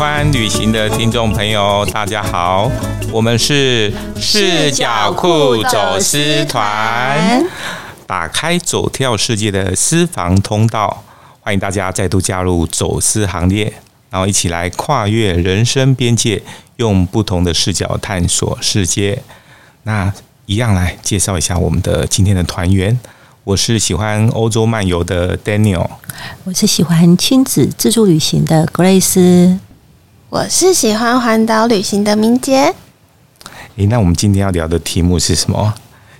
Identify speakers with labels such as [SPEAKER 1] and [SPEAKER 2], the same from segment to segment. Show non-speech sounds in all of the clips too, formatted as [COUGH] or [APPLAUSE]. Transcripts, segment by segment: [SPEAKER 1] 安旅行的听众朋友，大家好，我们是视角库走私团，打开走跳世界的私房通道，欢迎大家再度加入走私行列，然后一起来跨越人生边界，用不同的视角探索世界。那一样来介绍一下我们的今天的团员。我是喜欢欧洲漫游的 Daniel，
[SPEAKER 2] 我是喜欢亲子自助旅行的 Grace。
[SPEAKER 3] 我是喜欢环岛旅行的明杰。
[SPEAKER 1] 诶，那我们今天要聊的题目是什么？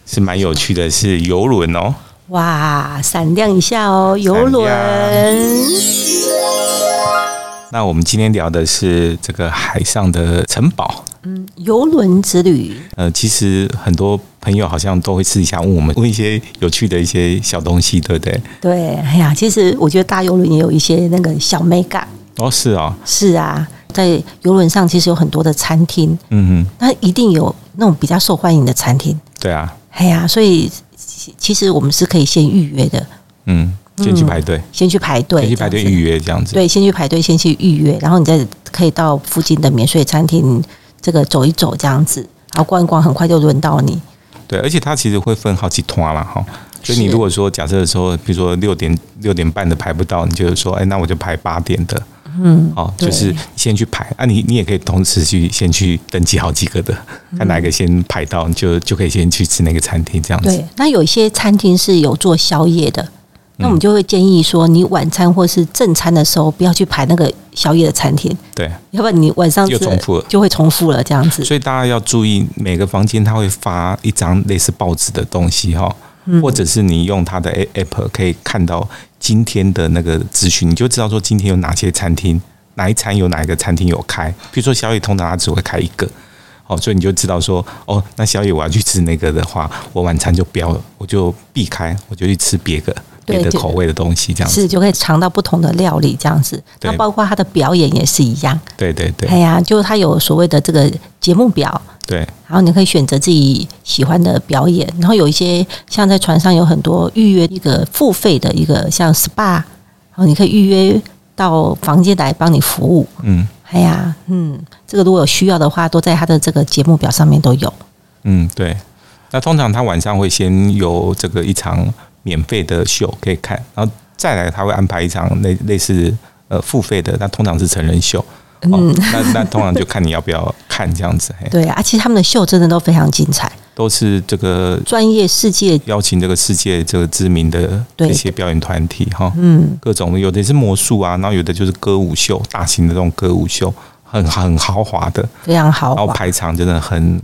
[SPEAKER 1] 是蛮有趣的，是游轮哦。
[SPEAKER 2] 哇，闪亮一下哦，游
[SPEAKER 1] 闪
[SPEAKER 2] 轮！
[SPEAKER 1] 那我们今天聊的是这个海上的城堡。
[SPEAKER 2] 游轮之旅，
[SPEAKER 1] 呃，其实很多朋友好像都会私底下问我们问一些有趣的一些小东西，对不对？
[SPEAKER 2] 对，哎呀，其实我觉得大游轮也有一些那个小美感。
[SPEAKER 1] 哦，是哦，
[SPEAKER 2] 是啊，在游轮上其实有很多的餐厅，
[SPEAKER 1] 嗯哼，
[SPEAKER 2] 那一定有那种比较受欢迎的餐厅。
[SPEAKER 1] 对啊，
[SPEAKER 2] 哎呀，所以其其实我们是可以先预约的，
[SPEAKER 1] 嗯，先去排队，
[SPEAKER 2] 先去排队，
[SPEAKER 1] 先去排队
[SPEAKER 2] 这样子
[SPEAKER 1] 预约这样子。
[SPEAKER 2] 对，先去排队，先去预约，然后你再可以到附近的免税餐厅这个走一走，这样子，然后逛一逛，很快就轮到你。
[SPEAKER 1] 对，而且它其实会分好几团啦，哈。所以你
[SPEAKER 2] 是
[SPEAKER 1] 如果说假设说，比如说六点六点半的排不到，你就是说，哎，那我就排八点的，嗯，哦，
[SPEAKER 2] 对
[SPEAKER 1] 就是先去排啊你，你也可以同时去先去登记好几个的，看哪一个先排到，你就就可以先去吃那个餐厅这样子。
[SPEAKER 2] 对，那有一些餐厅是有做宵夜的，那我们就会建议说，你晚餐或是正餐的时候不要去排那个宵夜的餐厅，
[SPEAKER 1] 对，
[SPEAKER 2] 要不然你晚上
[SPEAKER 1] 又
[SPEAKER 2] 吃
[SPEAKER 1] 重复了
[SPEAKER 2] 就会重复了这样子。
[SPEAKER 1] 所以大家要注意，每个房间它会发一张类似报纸的东西哈、
[SPEAKER 2] 嗯
[SPEAKER 1] 或者是你用它的 A- app 可以看到今天的那个资讯，你就知道说今天有哪些餐厅，哪一餐有哪一个餐厅有开。比如说宵夜，通常它只会开一个。哦，所以你就知道说，哦，那宵夜我要去吃那个的话，我晚餐就不要了，我就避开，我就去吃别个
[SPEAKER 2] 对
[SPEAKER 1] 别的
[SPEAKER 2] 就
[SPEAKER 1] 口味的东西，这样子。
[SPEAKER 2] 是，就可以尝到不同的料理这样子。
[SPEAKER 1] 对
[SPEAKER 2] 那包括他的表演也是一样。
[SPEAKER 1] 对对对
[SPEAKER 2] 哎呀，就他有所谓的这个节目表，
[SPEAKER 1] 对，
[SPEAKER 2] 然后你可以选择自己喜欢的表演，然后有一些像在船上有很多预约一个付费的一个像 SPA，然后你可以预约到房间来帮你服务。
[SPEAKER 1] 嗯。
[SPEAKER 2] 哎呀，嗯，这个如果有需要的话，都在他的这个节目表上面都有。
[SPEAKER 1] 嗯，对。那通常他晚上会先有这个一场免费的秀可以看，然后再来他会安排一场类类似呃付费的，那通常是成人秀。
[SPEAKER 2] 嗯
[SPEAKER 1] 哦，那那通常就看你要不要看这样子，嘿，
[SPEAKER 2] 对啊，其实他们的秀真的都非常精彩，
[SPEAKER 1] 都是这个
[SPEAKER 2] 专业世界，
[SPEAKER 1] 邀请这个世界这个知名的
[SPEAKER 2] 对
[SPEAKER 1] 这些表演团体哈，
[SPEAKER 2] 嗯，
[SPEAKER 1] 各种有的是魔术啊，然后有的就是歌舞秀，大型的这种歌舞秀，很很豪华的，
[SPEAKER 2] 非常豪
[SPEAKER 1] 然后
[SPEAKER 2] 华。
[SPEAKER 1] 排场真的很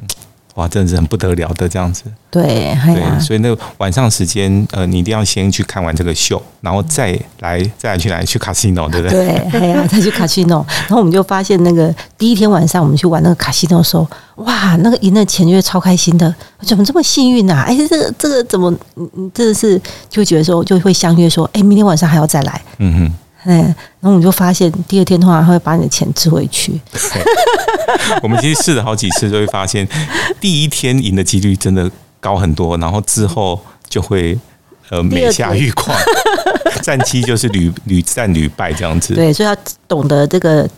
[SPEAKER 1] 哇，真的是很不得了的这样子。
[SPEAKER 2] 对，哎呀
[SPEAKER 1] 对，，所以那个晚上时间，呃，你一定要先去看完这个秀，然后再来再来去哪里去 casino，对不
[SPEAKER 2] [LAUGHS]
[SPEAKER 1] 对？
[SPEAKER 2] 对，哎呀，再去卡西诺，然后我们就发现那个第一天晚上我们去玩那个卡西诺的时候，哇，那个赢了钱就会超开心的，怎么这么幸运啊？ [LAUGHS] 哎，这个这个怎么，嗯嗯，真的是就会觉得说就会相约说，哎，明天晚上还要再来，
[SPEAKER 1] 嗯哼，
[SPEAKER 2] 哎，然后我们就发现第二天通常他会把你的钱吃回去，
[SPEAKER 1] 我们其实试了好几次，就会发现第一天赢的几率真的高很多，然后之后就会呃
[SPEAKER 2] 第
[SPEAKER 1] 每
[SPEAKER 2] 二
[SPEAKER 1] 下
[SPEAKER 2] 天
[SPEAKER 1] 愈况， [LAUGHS] 战期就是屡屡战屡败这样子，
[SPEAKER 2] 对，所以要懂得这个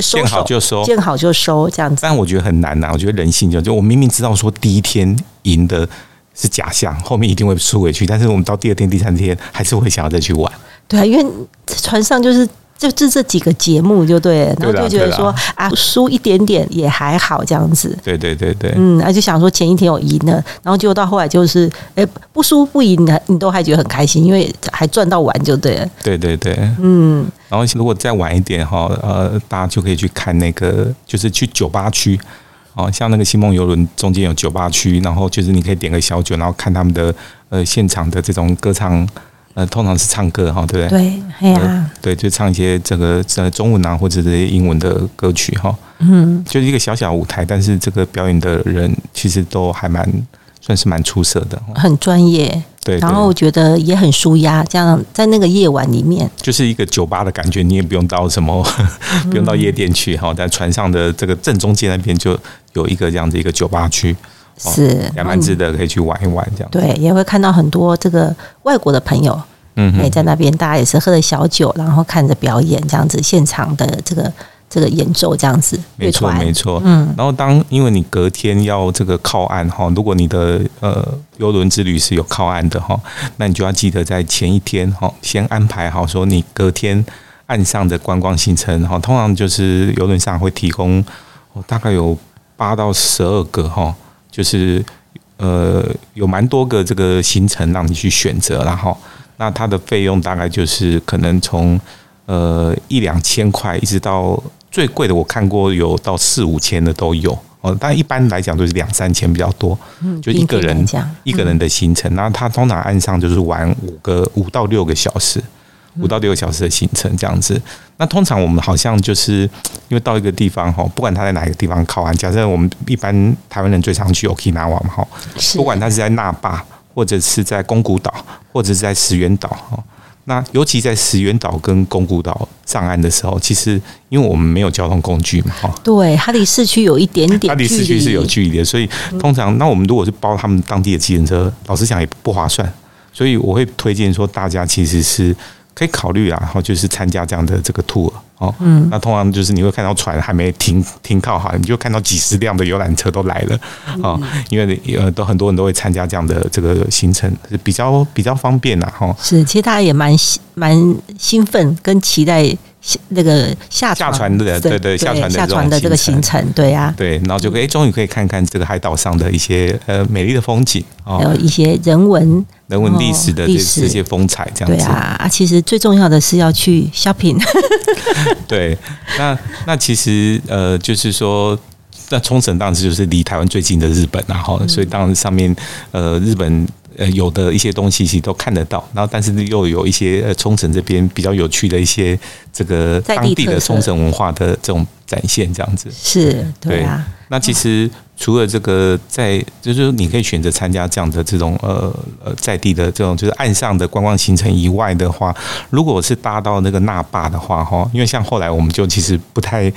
[SPEAKER 2] 收
[SPEAKER 1] 见
[SPEAKER 2] 手
[SPEAKER 1] 好，就收。
[SPEAKER 2] 见好就收这样子，
[SPEAKER 1] 但我觉得很难呐、啊我觉得人性就就我明明知道说第一天赢的是假象，后面一定会输回去，但是我们到第二天、第三天还是会想要再去玩。
[SPEAKER 2] 对啊，因为船上就是。就就这几个节目就对了，然
[SPEAKER 1] 对
[SPEAKER 2] 后
[SPEAKER 1] 啦
[SPEAKER 2] 就觉得
[SPEAKER 1] 对啦
[SPEAKER 2] 说啊，输一点点也还好这样子。
[SPEAKER 1] 对对对对，
[SPEAKER 2] 嗯，啊，就想说前一天有赢了，然后结果到后来就是，哎、不输不赢的，你都还觉得很开心，因为还赚到玩就对了。
[SPEAKER 1] 对对对，嗯。然后如果再晚一点哈，呃，大家就可以去看那个，就是去酒吧区。哦，像那个星梦游轮中间有酒吧区，然后就是你可以点个小酒，然后看他们的呃现场的这种歌唱，呃，通常是唱歌哈，对不对？
[SPEAKER 2] 对，哎呀、
[SPEAKER 1] 呃对，就唱一些这个呃中文啊，或者是英文的歌曲哈。嗯，就是一个小小舞台，但是这个表演的人其实都还蛮算是蛮出色的。哦
[SPEAKER 2] 很专业，
[SPEAKER 1] 对，
[SPEAKER 2] 然
[SPEAKER 1] 对
[SPEAKER 2] 后我觉得也很舒压，这样在那个夜晚里面，
[SPEAKER 1] 就是一个酒吧的感觉，你也不用到什
[SPEAKER 2] [LAUGHS]
[SPEAKER 1] 么，不用到夜店去
[SPEAKER 2] 嗯
[SPEAKER 1] 哈，在船上的这个正中间那边就有一个这样的一个酒吧区，哦
[SPEAKER 2] 是
[SPEAKER 1] 还蛮值得可以去玩一玩这样。
[SPEAKER 2] 对，也会看到很多这个外国的朋友，
[SPEAKER 1] 嗯
[SPEAKER 2] 哎、
[SPEAKER 1] 哼，
[SPEAKER 2] 在那边大家也是喝着小酒，然后看着表演这样子，现场的这个这个演奏这样子，
[SPEAKER 1] 没错
[SPEAKER 2] 乐团
[SPEAKER 1] 没错。
[SPEAKER 2] 嗯，
[SPEAKER 1] 然后当因为你隔天要这个靠岸哈，如果你的呃游轮之旅是有靠岸的哈，那你就要记得在前一天哈，先安排好说你隔天岸上的观光行程哈，通常就是游轮上会提供哦大概有八到十二个哈，就是呃有蛮多个这个行程让你去选择然后那它的费用大概就是可能从呃一两千块一直到最贵的我看过有到四五千的都有哦，但一般来讲都是两三千比较多，
[SPEAKER 2] 嗯
[SPEAKER 1] 就一个人
[SPEAKER 2] 这样，
[SPEAKER 1] 一个人的行程。那他通常岸上就是玩五个五到六个小时，
[SPEAKER 2] 嗯
[SPEAKER 1] 五到六个小时的行程这样子。那通常我们好像就是因为到一个地方哈，不管他在哪一个地方靠岸，假设我们一般台湾人最常去 Okinawa 嘛哈，
[SPEAKER 2] 是
[SPEAKER 1] 不管他是在那霸，或者是在宫古岛，或者是在石垣岛哈。那尤其在石垣岛跟宫古岛上岸的时候，其实因为我们没有交通工具嘛，哦哈，
[SPEAKER 2] 对，它离市区有一点点，
[SPEAKER 1] 它离市区是有，距离的，所以通常那我们如果是包他们当地的计程车，老实讲也不划算，所以我会推荐说大家其实是可以考虑啊，然后就是参加这样的这个 tour 哦，嗯，那通常就是你会看到船还没停停靠好，你就看到几十辆的游览车都来了
[SPEAKER 2] 嗯
[SPEAKER 1] 哦，因为呃都很多人都会参加这样的这个行程，是比较比较方便啦、哈、
[SPEAKER 2] 是，其实大家也蛮兴蛮兴奋跟期待下那个下
[SPEAKER 1] 下船的对对下船的
[SPEAKER 2] 下
[SPEAKER 1] 这
[SPEAKER 2] 船
[SPEAKER 1] 种
[SPEAKER 2] 的这个行
[SPEAKER 1] 行
[SPEAKER 2] 程，对啊，
[SPEAKER 1] 对，然后就可以诶终于可以看看这个海岛上的一些呃美丽的风景哦
[SPEAKER 2] 还，有一些人文，
[SPEAKER 1] 人文历史的
[SPEAKER 2] 哦
[SPEAKER 1] 这
[SPEAKER 2] 历史
[SPEAKER 1] 这些风采这样
[SPEAKER 2] 对
[SPEAKER 1] 子。
[SPEAKER 2] 啊啊，其实最重要的是要去
[SPEAKER 1] [LAUGHS]
[SPEAKER 2] shopping，
[SPEAKER 1] 对，那那其实呃，就是说。那冲绳当时就是离台湾最近的日本啊，
[SPEAKER 2] 嗯
[SPEAKER 1] 哈、所以当然上面呃日本呃有的一些东西其实都看得到，然后但是又有一些呃冲绳这边比较有趣的一些这个
[SPEAKER 2] 在地
[SPEAKER 1] 当地的
[SPEAKER 2] 特色
[SPEAKER 1] 冲绳文化的这种展现，这样子。
[SPEAKER 2] 是，对啊，
[SPEAKER 1] 那其实除了这个在，就是说你可以选择参加这样的这种呃呃在地的这种就是岸上的观光行程以外的话，如果是搭到那个那霸的话，哈，因为像后来我们就其实不太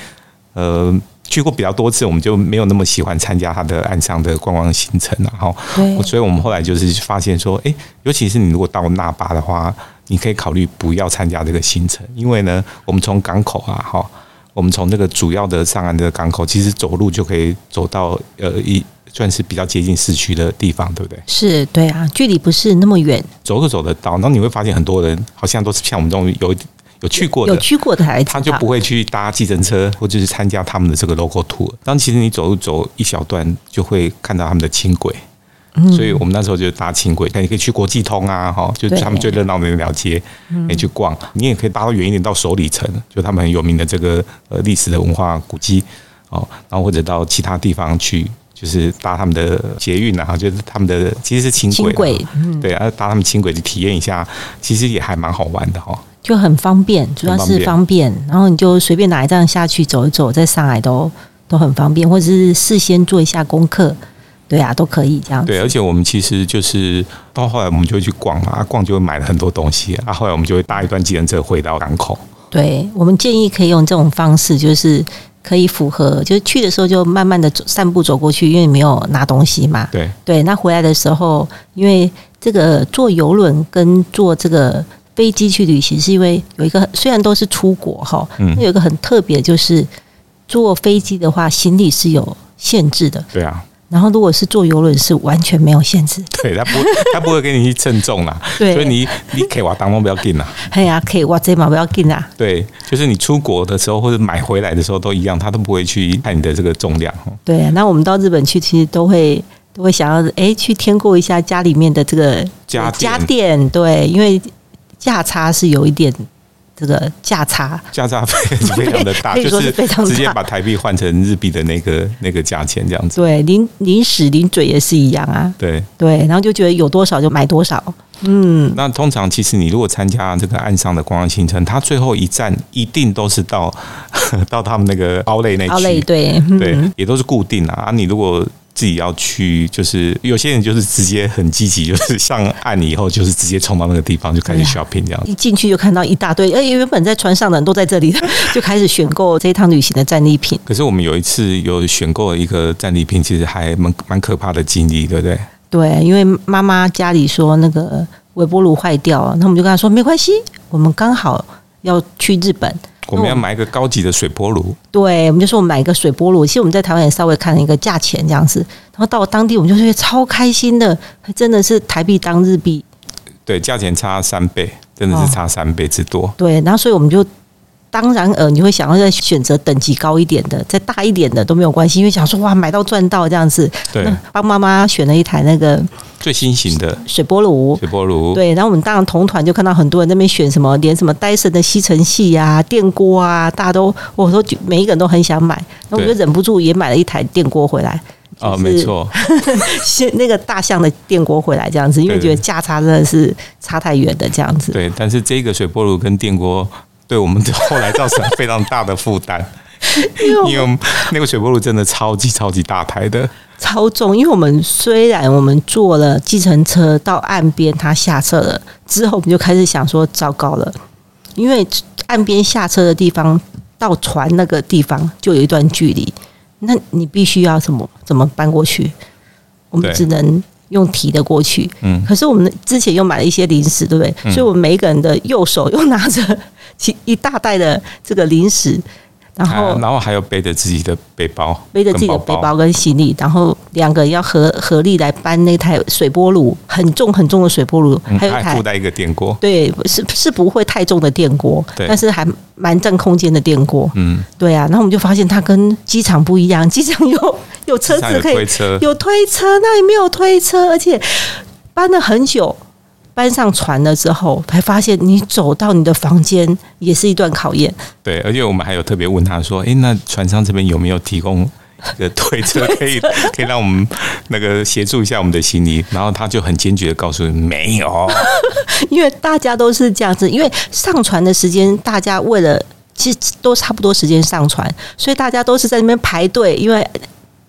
[SPEAKER 1] 呃。去过比较多次，我们就没有那么喜欢参加它的岸上的观光行程然后
[SPEAKER 2] 对
[SPEAKER 1] 所以我们后来就是发现说，诶，尤其是你如果到那霸的话，你可以考虑不要参加这个行程，因为呢，我们从港口啊，哈，我们从那个主要的上岸的港口，其实走路就可以走到呃一算是比较接近市区的地方，对不对？
[SPEAKER 2] 是，对啊，距离不是那么远，
[SPEAKER 1] 走着走得到，然后你会发现很多人好像都是像我们这种有有去过
[SPEAKER 2] 有
[SPEAKER 1] 的。
[SPEAKER 2] 去过的孩子，啊
[SPEAKER 1] 他就不会去搭计程车，或者是参加他们的这个 local tour。当其实你走路走一小段，就会看到他们的轻轨，
[SPEAKER 2] 嗯
[SPEAKER 1] 所以我们那时候就搭轻轨。那你可以去国际通啊，哈，就是
[SPEAKER 2] 对嗯
[SPEAKER 1] 他们最热闹的那条街，你去逛。你也可以搭到远一点到首里城，就他们很有名的这个呃历史的文化古迹哦，然后或者到其他地方去。就是搭他们的捷运啊，就是他们的其实是轻轨
[SPEAKER 2] 轻
[SPEAKER 1] 啦，
[SPEAKER 2] 轨嗯
[SPEAKER 1] 对啊，搭他们轻轨去体验一下，其实也还蛮好玩的哈、
[SPEAKER 2] 就很方便，主要是方便。然后你就随便哪一站下去走一走，再上来都都很方便，或者是事先做一下功课，对啊，都可以这样子。
[SPEAKER 1] 对，而且我们其实就是到后来我们就会去逛嘛，啊、逛就会买了很多东西，啊，后来我们就会搭一段计程车回到港口。
[SPEAKER 2] 对我们建议可以用这种方式，就是可以符合，就是去的时候就慢慢的散步走过去，因为你没有拿东西嘛。
[SPEAKER 1] 对，
[SPEAKER 2] 对，那回来的时候，因为这个坐游轮跟坐这个飞机去旅行，是因为有一个虽然都是出国哈，
[SPEAKER 1] 嗯
[SPEAKER 2] 那有一个很特别，就是坐飞机的话，行李是有限制的，
[SPEAKER 1] 对啊，
[SPEAKER 2] 然后如果是坐游轮是完全没有限制。
[SPEAKER 1] 对他不，他不会给你去称重啦，
[SPEAKER 2] [LAUGHS] 对
[SPEAKER 1] 所以你你可以往当中不要进啦。
[SPEAKER 2] 哎呀，可以哇，这嘛不要紧啦。
[SPEAKER 1] 对，就是你出国的时候或者买回来的时候都一样，他都不会去看你的这个重量。哦
[SPEAKER 2] 对啊，那我们到日本去，其实都会都会想要哎去添购一下家里面的这个呃
[SPEAKER 1] 家电
[SPEAKER 2] 家电，对，因为价差是有一点这个价差，
[SPEAKER 1] 价差非非常的大，
[SPEAKER 2] 可以
[SPEAKER 1] 就
[SPEAKER 2] 说
[SPEAKER 1] 是
[SPEAKER 2] 是非常大
[SPEAKER 1] 直接把台币换成日币的那个那个价钱这样子。
[SPEAKER 2] 对，零零食零嘴也是一样啊，
[SPEAKER 1] 对，
[SPEAKER 2] 对，然后就觉得有多少就买多少，嗯，
[SPEAKER 1] 那通常其实你如果参加这个岸上的观光行程，它最后一站一定都是到 [LAUGHS] 到他们那个奥类那
[SPEAKER 2] 奥
[SPEAKER 1] 区
[SPEAKER 2] 类，对，
[SPEAKER 1] 对
[SPEAKER 2] 嗯，
[SPEAKER 1] 也都是固定啊。啊，你如果自己要去，就是有些人就是直接很积极，就是上岸以后就是直接冲到那个地方就开始
[SPEAKER 2] 对啊
[SPEAKER 1] shopping 这样子。
[SPEAKER 2] 一进去就看到一大堆，哎，原本在船上的人都在这里， [LAUGHS] 就开始选购这一趟旅行的战利品。
[SPEAKER 1] 可是我们有一次有选购一个战利品，其实还蛮蛮可怕的经历，对不对？
[SPEAKER 2] 对，因为妈妈家里说那个微波炉坏掉了，那我们就跟她说没关系，我们刚好要去日本，
[SPEAKER 1] 我们要买一个高级的水波炉，
[SPEAKER 2] 对，我们就说我们买一个水波炉，其实我们在台湾也稍微看了一个价钱这样子，然后到了当地我们就觉得超开心的，还真的是台币当日币，
[SPEAKER 1] 对，价钱差三倍，真
[SPEAKER 2] 哦
[SPEAKER 1] 的是差三倍之多。
[SPEAKER 2] 对，然后所以我们就当然呃，你会想要再选择等级高一点的，再大一点的都没有关系，因为想说哇买到赚到这样子，
[SPEAKER 1] 对，
[SPEAKER 2] 帮妈妈选了一台那个
[SPEAKER 1] 最新型的
[SPEAKER 2] 水波炉。
[SPEAKER 1] 水波炉，
[SPEAKER 2] 对，然后我们当然同团就看到很多人在那边选什么，连什么戴森的吸尘器啊、电锅啊，大家都我说每一个人都很想买，那我就
[SPEAKER 1] 对
[SPEAKER 2] 忍不住也买了一台电锅回来，
[SPEAKER 1] 啊，
[SPEAKER 2] 就是
[SPEAKER 1] 没错，
[SPEAKER 2] 是那个大象的电锅回来这样子，因为
[SPEAKER 1] 对
[SPEAKER 2] 觉得价差真的是差太远的这样子。
[SPEAKER 1] 对，但是这个水波炉跟电锅对我们的后来造成非常大的负
[SPEAKER 2] [LAUGHS]
[SPEAKER 1] 担，
[SPEAKER 2] 哦
[SPEAKER 1] 因为我们那个水波炉真的超级超级大台的，
[SPEAKER 2] 超重，因为我们虽然我们坐了计程车到岸边，他下车了之后，我们就开始想说糟糕了，因为岸边下车的地方到船那个地方就有一段距离，那你必须要怎么怎么搬过去？我们
[SPEAKER 1] 对
[SPEAKER 2] 只能用提的过去。
[SPEAKER 1] 嗯
[SPEAKER 2] 可是我们之前又买了一些零食，对不对？所以我们每一个人的右手又拿着其一大袋的这个零食，然后、
[SPEAKER 1] 啊然后还有背着自己的背包，
[SPEAKER 2] 背着自己的
[SPEAKER 1] 跟
[SPEAKER 2] 背包，跟行李，然后两个人要合合力来搬那台水波炉，很重很重的水波炉，
[SPEAKER 1] 嗯
[SPEAKER 2] 还有一
[SPEAKER 1] 还
[SPEAKER 2] 台
[SPEAKER 1] 附带一个电锅，
[SPEAKER 2] 对是是不会太重的电锅，
[SPEAKER 1] 对
[SPEAKER 2] 但是还蛮占空间的电锅。
[SPEAKER 1] 嗯，
[SPEAKER 2] 对啊，然后我们就发现它跟机场不一样，机场
[SPEAKER 1] [LAUGHS]
[SPEAKER 2] 有有车
[SPEAKER 1] 上
[SPEAKER 2] 子
[SPEAKER 1] 有
[SPEAKER 2] 可以
[SPEAKER 1] 推车，
[SPEAKER 2] 有推车，那里没有推车，而且搬了很久。搬上船了之后，才发现你走到你的房间也是一段考验。
[SPEAKER 1] 对，而且我们还有特别问他说，诶，那船上这边有没有提供？一个推
[SPEAKER 2] [LAUGHS]
[SPEAKER 1] 车可以可以让我们那个协助一下我们的行李，然后他就很坚决的告诉你没有，
[SPEAKER 2] 因为大家都是这样子，因为上传的时间，大家为了其实都差不多时间上传，所以大家都是在那边排队，因为。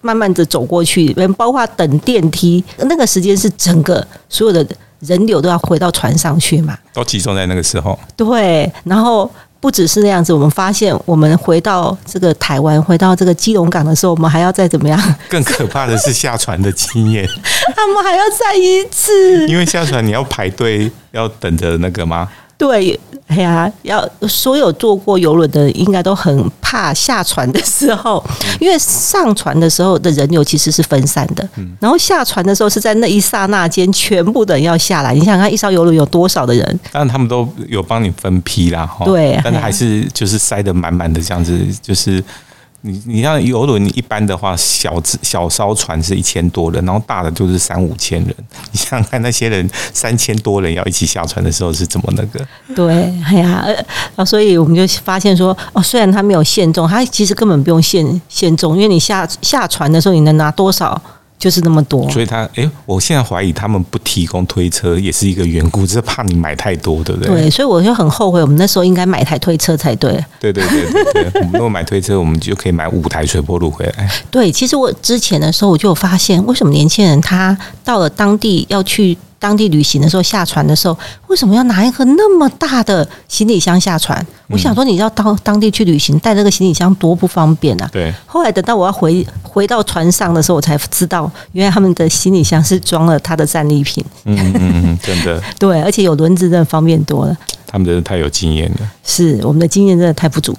[SPEAKER 2] 慢慢的走过去，连包括等电梯，那个时间是整个所有的人流都要回到船上去嘛。
[SPEAKER 1] 都集中在那个时候，
[SPEAKER 2] 对，然后不只是那样子，我们发现我们回到这个台湾，回到这个基隆港的时候，我们还要再怎么样？
[SPEAKER 1] 更可怕的是下船的经验，
[SPEAKER 2] 他们还要再一次，
[SPEAKER 1] [LAUGHS] 因为下船你要排队，要等着那个吗？
[SPEAKER 2] 对，哎呀，要所有坐过游轮的人应该都很怕下船的时候，因为上船的时候的人流其实是分散的，然后下船的时候是在那一刹那间，全部的人要下来。你想想看，一艘游轮有多少的人？
[SPEAKER 1] 但他们都有帮你分批啦，哈。
[SPEAKER 2] 对
[SPEAKER 1] 但是还是就是塞得满满的这样子，就是你你像游轮一般的话，小只小艘船是一千多人，然后大的就是三五千人。你想想看，那些人三千多人要一起下船的时候是怎么那个？
[SPEAKER 2] 对，哎呀，呃啊，所以我们就发现说，哦，虽然它没有限重，它其实根本不用限限重，因为你下下船的时候，你能拿多少就是那么多。
[SPEAKER 1] 所以他诶，我现在怀疑他们不提供推车也是一个缘故，就是怕你买太多，对不对？
[SPEAKER 2] 对，所以我就很后悔，我们那时候应该买台推车才对。
[SPEAKER 1] 对对对对对对，我们如果买推车，我们就可以买五台水波炉回来。
[SPEAKER 2] 对，其实我之前的时候我就有发现，为什么年轻人他到了当地要去当地旅行的时候下船的时候，为什么要拿一个那么大的行李箱下船？我想说，你要到当地去旅行，带这个行李箱多不方便啊！
[SPEAKER 1] 对，
[SPEAKER 2] 后来等到我要回回到船上的时候，我才知道，原来他们的行李箱是装了他的战利品。
[SPEAKER 1] 嗯嗯嗯嗯，真的，
[SPEAKER 2] 对，而且有轮子，真的方便多了。
[SPEAKER 1] 他们真的太有经验了。
[SPEAKER 2] [LAUGHS] 是我们的经验真的太不足。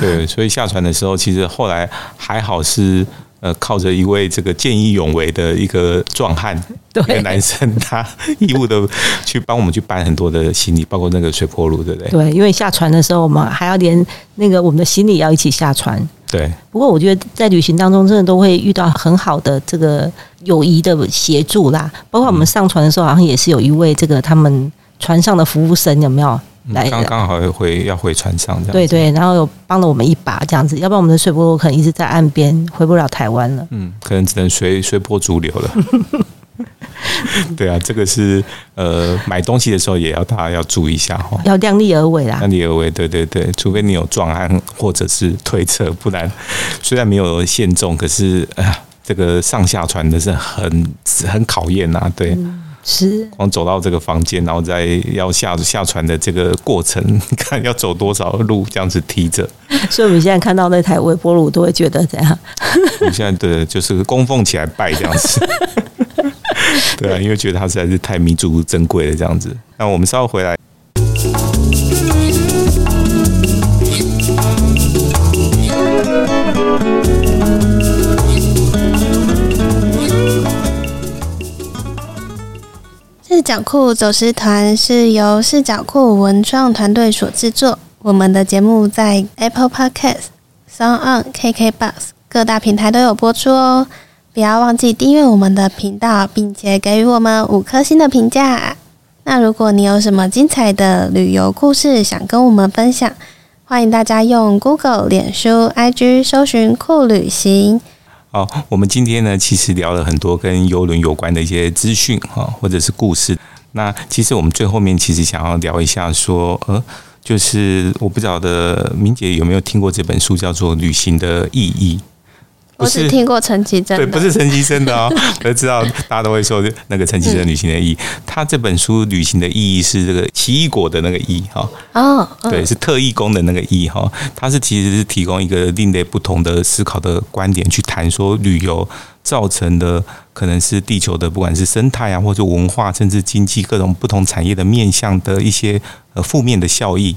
[SPEAKER 1] 对，所以下船的时候，其实后来还好是呃，靠着一位这个见义勇为的一个壮汉，
[SPEAKER 2] 对
[SPEAKER 1] 一个男生，他义务的去帮我们去搬很多的行李，包括那个水波炉，对不对？
[SPEAKER 2] 对，因为下船的时候，我们还要连那个我们的行李要一起下船。
[SPEAKER 1] 对
[SPEAKER 2] 不过我觉得在旅行当中，真的都会遇到很好的这个友谊的协助啦。包括我们上船的时候，好像也是有一位这个他们船上的服务生，有没有
[SPEAKER 1] 嗯
[SPEAKER 2] 来？呃
[SPEAKER 1] 刚刚好回要回船上这样。
[SPEAKER 2] 对，对，然后有帮了我们一把这样子，要不然我们的水波炉可能一直在岸边，回不了台湾了。
[SPEAKER 1] 嗯，可能只能随随波逐流
[SPEAKER 2] [LAUGHS]
[SPEAKER 1] 了。对啊，这个是呃，买东西的时候也要大家要注意一下哈。
[SPEAKER 2] 要量力而为啦
[SPEAKER 1] 那，你而为，对对对，除非你有壮汉或者是推测，不然虽然没有限重，可是啊、呃这个上下船的是很很考验呐、对，
[SPEAKER 2] 是
[SPEAKER 1] 光走到这个房间，然后再要下下船的这个过程，看要走多少路，这样子提着。
[SPEAKER 2] 所以我们现在看到那台微波炉，都会觉得怎样？
[SPEAKER 1] 我们现在对，就是供奉起来拜这样子。对啊，因为觉得它实在是太弥足珍贵了，这样子。那我们稍后回来。
[SPEAKER 3] 角库走失团是由视角库文创团队所制作。我们的节目在 Apple Podcast、Sound On、KKBox 各大平台都有播出哦。不要忘记订阅我们的频道，并且给予我们五颗星的评价。那如果你有什么精彩的旅游故事想跟我们分享，欢迎大家用 Google、脸书、IG 搜寻酷旅行。
[SPEAKER 1] 哦，我们今天呢，其实聊了很多跟游轮有关的一些资讯哈、哦，或者是故事。那其实我们最后面其实想要聊一下说，呃，就是我不晓得明姐有没有听过这本书，叫做《旅行的意义》。
[SPEAKER 3] 我只听过陈绮贞，
[SPEAKER 1] 对，不是陈绮贞的 [LAUGHS] 哦，我知道大家都会说那个陈绮贞《旅行的意义》嗯，他这本书《旅行的意义》是这个奇异果的那个意哈，
[SPEAKER 3] 哦，
[SPEAKER 1] 对，是特异功的那个意哈，它是其实是提供一个另类不同的思考的观点去谈说旅游造成的可能是地球的不管是生态啊，或者文化，甚至经济各种不同产业的面向的一些呃负面的效益。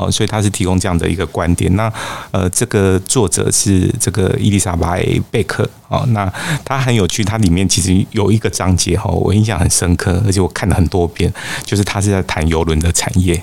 [SPEAKER 1] 哦，所以他是提供这样的一个观点。那呃，这个作者是这个伊丽莎白贝克哦，那他很有趣，它里面其实有一个章节哈、哦，我印象很深刻，而且我看了很多遍，就是他是在谈游轮的产业。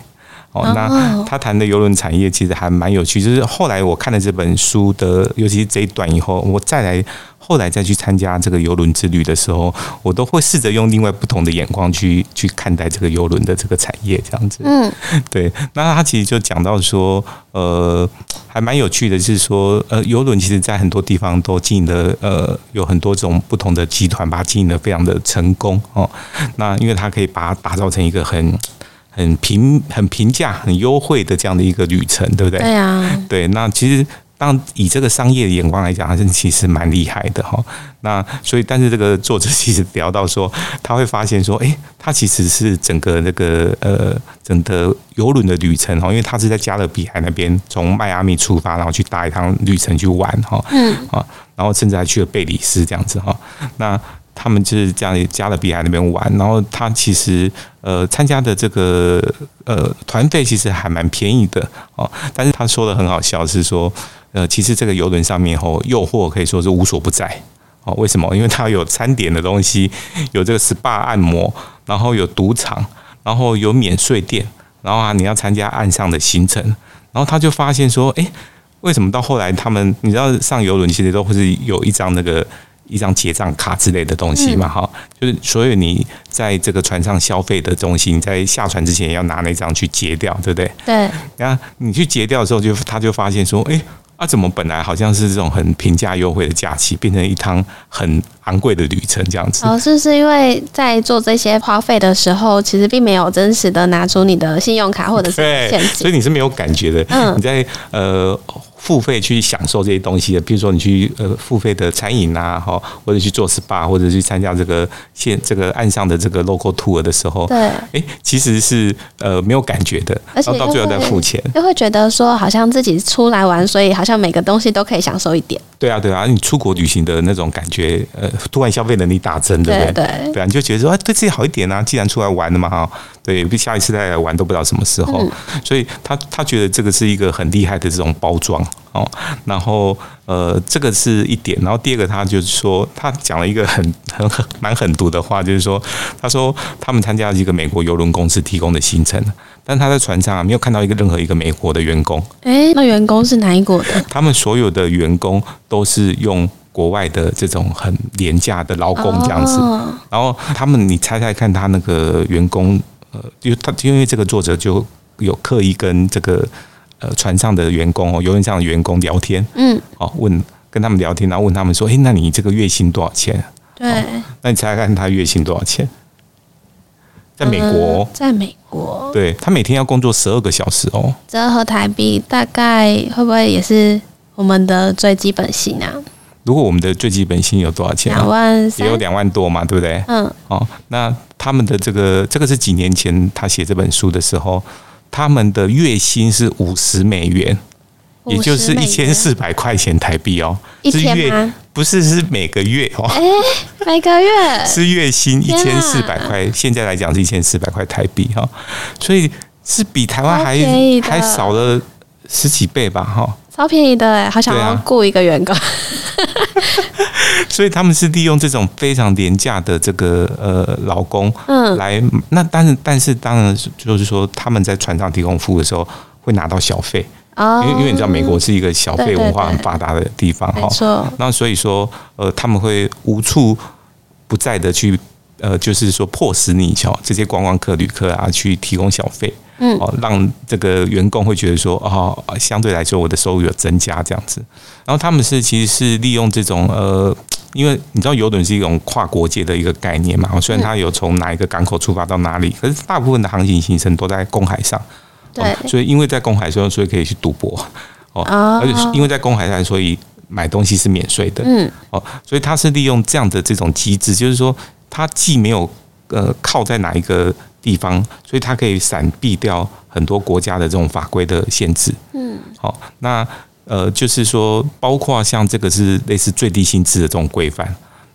[SPEAKER 1] 哦，那他谈的游轮产业其实还蛮有趣，就是后来我看了这本书的，尤其是这一段以后，我再来后来再去参加这个游轮之旅的时候，我都会试着用另外不同的眼光去去看待这个游轮的这个产业，这样子。
[SPEAKER 3] 嗯，
[SPEAKER 1] 对。那他其实就讲到说，呃，还蛮有趣的，是说，呃，游轮其实在很多地方都经营的，呃，有很多种不同的集团把它经营的非常的成功哦。那因为它可以把它打造成一个很。很平、很平价、很优惠的这样的一个旅程，对不对？
[SPEAKER 3] 对啊，
[SPEAKER 1] 对。那其实，当以这个商业的眼光来讲，它是其实蛮厉害的哈。那所以，但是这个作者其实聊到说，他会发现说，诶、欸，他其实是整个那个呃，整个游轮的旅程哈，因为他是在加勒比海那边从迈阿密出发，然后去搭一趟旅程去玩哈，
[SPEAKER 3] 嗯
[SPEAKER 1] 啊，然后甚至还去了贝里斯这样子哈。 [LAUGHS] 那他们就是这样加勒比海那边玩，然后他其实呃参加的这个呃团费其实还蛮便宜的哦，但是他说的很好笑是说，呃其实这个游轮上面吼、哦、诱惑可以说是无所不在哦，为什么？因为它有餐点的东西，有这个 SPA 按摩，然后有赌场，然后有免税店，然后啊你要参加岸上的行程，然后他就发现说，哎，为什么到后来他们你知道上游轮其实都会是有一张那个。一张结账卡之类的东西嘛，哈、嗯，就是所有你在这个船上消费的东西，你在下船之前要拿那张去结掉，对不对？
[SPEAKER 3] 对。
[SPEAKER 1] 那你去结掉的时候就，就他就发现说，哎、欸，啊，怎么本来好像是这种很平价优惠的假期，变成一趟很昂贵的旅程这样子？
[SPEAKER 3] 哦，是不是因为在做这些花费的时候，其实并没有真实的拿出你的信用卡或者是现金，
[SPEAKER 1] 所以你是没有感觉的。嗯，你在呃。付费去享受这些东西的，比如说你去呃付费的餐饮啊，哈，或者去做 SPA，或者去参加这个现这个岸上的这个 local tour 的时候，
[SPEAKER 3] 对，
[SPEAKER 1] 哎、欸，其实是呃没有感觉的，
[SPEAKER 3] 而且
[SPEAKER 1] 然后到最后再付钱，
[SPEAKER 3] 又会觉得说好像自己出来玩，所以好像每个东西都可以享受一点。
[SPEAKER 1] 对啊，对啊，你出国旅行的那种感觉，呃，突然消费能力大增，对不
[SPEAKER 3] 对？对
[SPEAKER 1] 对啊，你就觉得说啊，对自己好一点啊，既然出来玩了嘛，哈，对，下一次再来玩都不知道什么时候，嗯、所以他他觉得这个是一个很厉害的这种包装。哦，然后呃，这个是一点，然后第二个，他就是说，他讲了一个很很很蛮狠毒的话，就是说，他说他们参加一个美国邮轮公司提供的行程，但他在船上啊没有看到一个任何一个美国的员工。
[SPEAKER 3] 诶，那员工是哪一国的？
[SPEAKER 1] 他们所有的员工都是用国外的这种很廉价的劳工这样子，哦、然后他们，你猜猜看，他那个员工，呃，因为他因为这个作者就有刻意跟这个。呃，船上的员工哦，游轮上的员工聊天，
[SPEAKER 3] 嗯，
[SPEAKER 1] 哦，问跟他们聊天，然后问他们说，哎、欸，那你这个月薪多少钱？
[SPEAKER 3] 对、哦，
[SPEAKER 1] 那你猜看他月薪多少钱？在美国、哦
[SPEAKER 3] 呃，在美国，
[SPEAKER 1] 对他每天要工作十二个小时哦，
[SPEAKER 3] 折合台币大概会不会也是我们的最基本薪啊？
[SPEAKER 1] 如果我们的最基本薪有多少钱、
[SPEAKER 3] 啊？两万，
[SPEAKER 1] 也有两万多嘛，对不对？
[SPEAKER 3] 嗯，
[SPEAKER 1] 哦，那他们的这个这个是几年前他写这本书的时候。他们的月薪是五十美元，也就是一千四百块钱台币哦。
[SPEAKER 3] 一天吗？
[SPEAKER 1] 不是，是每个月哦。
[SPEAKER 3] [LAUGHS] 哎、啊欸，每个月
[SPEAKER 1] 是月薪一千四百块，现在来讲是一千四百块台币哈、哦，所以是比台湾还还少了十几倍吧哈、哦。
[SPEAKER 3] 超便宜的哎，好想要雇一个员工。啊、
[SPEAKER 1] 所以他们是利用这种非常廉价的这个呃劳工，嗯，来那但是但是当然就是说他们在船上提供服务的时候会拿到小费，
[SPEAKER 3] 哦
[SPEAKER 1] 因为因为你知道美国是一个小费文化
[SPEAKER 3] 对
[SPEAKER 1] 很
[SPEAKER 3] 对对
[SPEAKER 1] 发达的地方
[SPEAKER 3] 没
[SPEAKER 1] 哈，
[SPEAKER 3] 错，
[SPEAKER 1] 那所以说呃他们会无处不在的去呃就是说迫使你瞧这些观光客旅客啊去提供小费。
[SPEAKER 3] 嗯
[SPEAKER 1] 哦，让这个员工会觉得说，哦，相对来说我的收入有增加这样子。然后他们是其实是利用这种呃，因为你知道游轮是一种跨国界的一个概念
[SPEAKER 3] 嗯
[SPEAKER 1] 嘛，哦虽然它有从哪一个港口出发到哪里，可是大部分的航行行程都在公海上，哦
[SPEAKER 3] 对
[SPEAKER 1] 所以因为在公海上，所以可以去赌博哦，
[SPEAKER 3] 哦
[SPEAKER 1] 而且是因为在公海上，所以买东西是免税的，
[SPEAKER 3] 嗯，
[SPEAKER 1] 哦，所以它是利用这样的这种机制，就是说它既没有呃靠在哪一个地方，所以它可以闪避掉很多国家的这种法规的限制，
[SPEAKER 3] 嗯，
[SPEAKER 1] 好、那呃就是说，包括像这个是类似最低薪资的这种规范。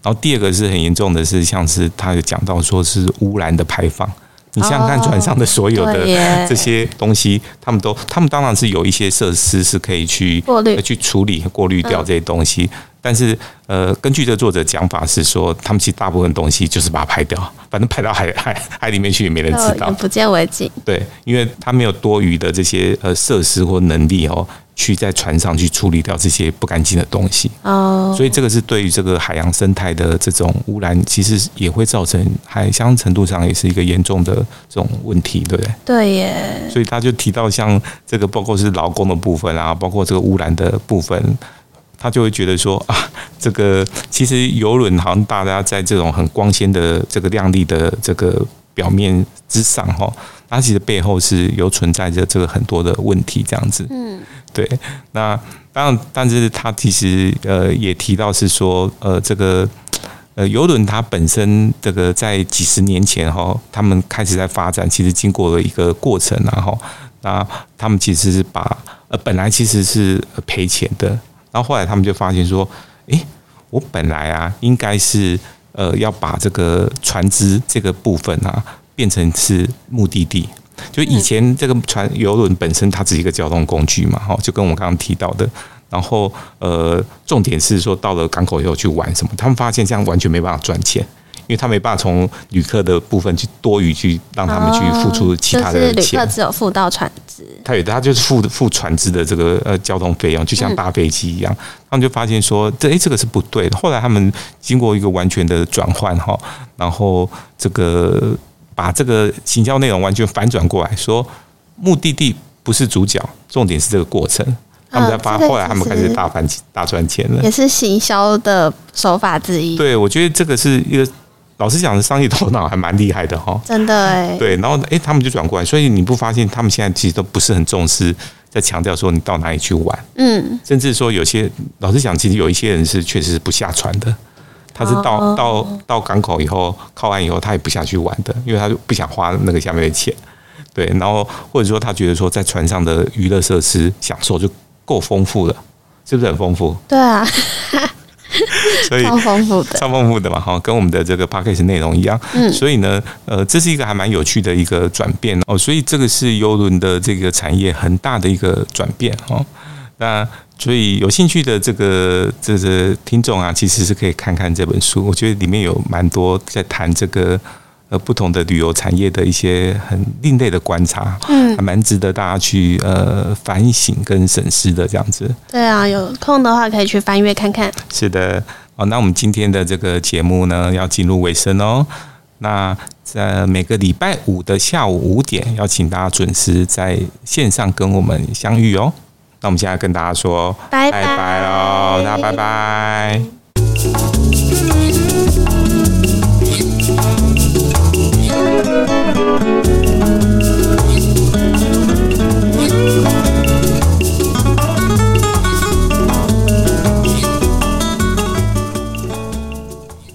[SPEAKER 1] 然后第二个是很严重的是，像是他有讲到说是污染的排放，你想想看
[SPEAKER 3] 哦
[SPEAKER 1] 船上的所有的
[SPEAKER 3] 对耶
[SPEAKER 1] 这些东西，他们都，他们当然是有一些设施是可以去呃
[SPEAKER 3] 过滤嗯
[SPEAKER 1] 去处理、过滤掉这些东西。但是，呃，根据这作者讲法是说，他们其实大部分东西就是把它排掉，反正排到海海海里面去也没人
[SPEAKER 3] 到
[SPEAKER 1] 知道
[SPEAKER 3] 眼。呃不见为净，
[SPEAKER 1] 对，因为他没有多余的这些呃设施或能力哦，去在船上去处理掉这些不干净的东西。
[SPEAKER 3] 哦，
[SPEAKER 1] 所以这个是对于这个海洋生态的这种污染，其实也会造成海相当程度上也是一个严重的这种问题，对不对？
[SPEAKER 3] 对耶，
[SPEAKER 1] 所以他就提到像这个，包括是劳工的部分啊，包括这个污染的部分，他就会觉得说啊，这个其实游轮好像大家在这种很光鲜的这个亮丽的这个表面之上哦，它其实背后是有存在着这个很多的问题，这样子。
[SPEAKER 3] 嗯，
[SPEAKER 1] 对，那当然，但是他其实呃也提到是说，呃，这个呃游轮它本身这个在几十年前哈，他们开始在发展，其实经过了一个过程啊，然后那他们其实是把呃本来其实是呃赔钱的，然后后来他们就发现说，诶、我本来啊应该是呃要把这个船只这个部分啊变成是目的地。就以前这个船游轮本身它只是一个交通工具嘛，哈，就跟我刚刚提到的。然后呃，重点是说到了港口以后去玩什么，他们发现这样完全没办法赚钱。因为他没办法从旅客的部分去多余去让他们去付出其他
[SPEAKER 3] 哦
[SPEAKER 1] 的
[SPEAKER 3] 就是旅
[SPEAKER 1] 钱，
[SPEAKER 3] 客只有付到船只，
[SPEAKER 1] 他有的他就是付付船只的这个呃交通费用，就像搭飞机一样，他们就发现说这诶这个是不对的。后来他们经过一个完全的转换哈，然后这个把这个行销内容完全反转过来说，目的地不是主角，重点是这个过程。他们在发，
[SPEAKER 3] 这个
[SPEAKER 1] 后来他们
[SPEAKER 3] 其
[SPEAKER 1] 开
[SPEAKER 3] 实
[SPEAKER 1] 始大赚大赚钱了。
[SPEAKER 3] 也是行销的手法之一，
[SPEAKER 1] 对，我觉得这个是一个老实讲，商业头脑还蛮厉害的哈。
[SPEAKER 3] 真的哎，
[SPEAKER 1] 对，然后诶，他们就转过来，所以你不发现他们现在其实都不是很重视，在强调说你到哪里去玩。
[SPEAKER 3] 嗯，
[SPEAKER 1] 甚至说有些老实讲，其实有一些人是确实是不下船的，他是到、
[SPEAKER 3] 哦
[SPEAKER 1] 到到港口以后靠岸以后，他也不下去玩的，因为他就不想花那个下面的钱。对，然后或者说他觉得说在船上的娱乐设施享受就够丰富了，是不是很丰富？
[SPEAKER 3] 对啊，
[SPEAKER 1] 所以
[SPEAKER 3] 超丰富的，
[SPEAKER 1] 超丰富的嘛，哈，跟我们的这个 p a c k a g e 内容一样。嗯，所以呢，呃，这是一个还蛮有趣的一个转变哦，所以这个是邮轮的这个产业很大的一个转变哦。那所以有兴趣的这个这个听众啊，其实是可以看看这本书，我觉得里面有蛮多在谈这个。呃，不同的旅游产业的一些很另类的观察，嗯，还蛮值得大家去呃反省跟审视的这样子。
[SPEAKER 3] 对啊，有空的话可以去翻阅看看，
[SPEAKER 1] 是的，哦，那我们今天的这个节目呢，要进入尾声哦。那在每个礼拜五的下午五点，要请大家准时在线上跟我们相遇哦。那我们现在跟大家说
[SPEAKER 3] 拜
[SPEAKER 1] 拜喽，大家拜拜。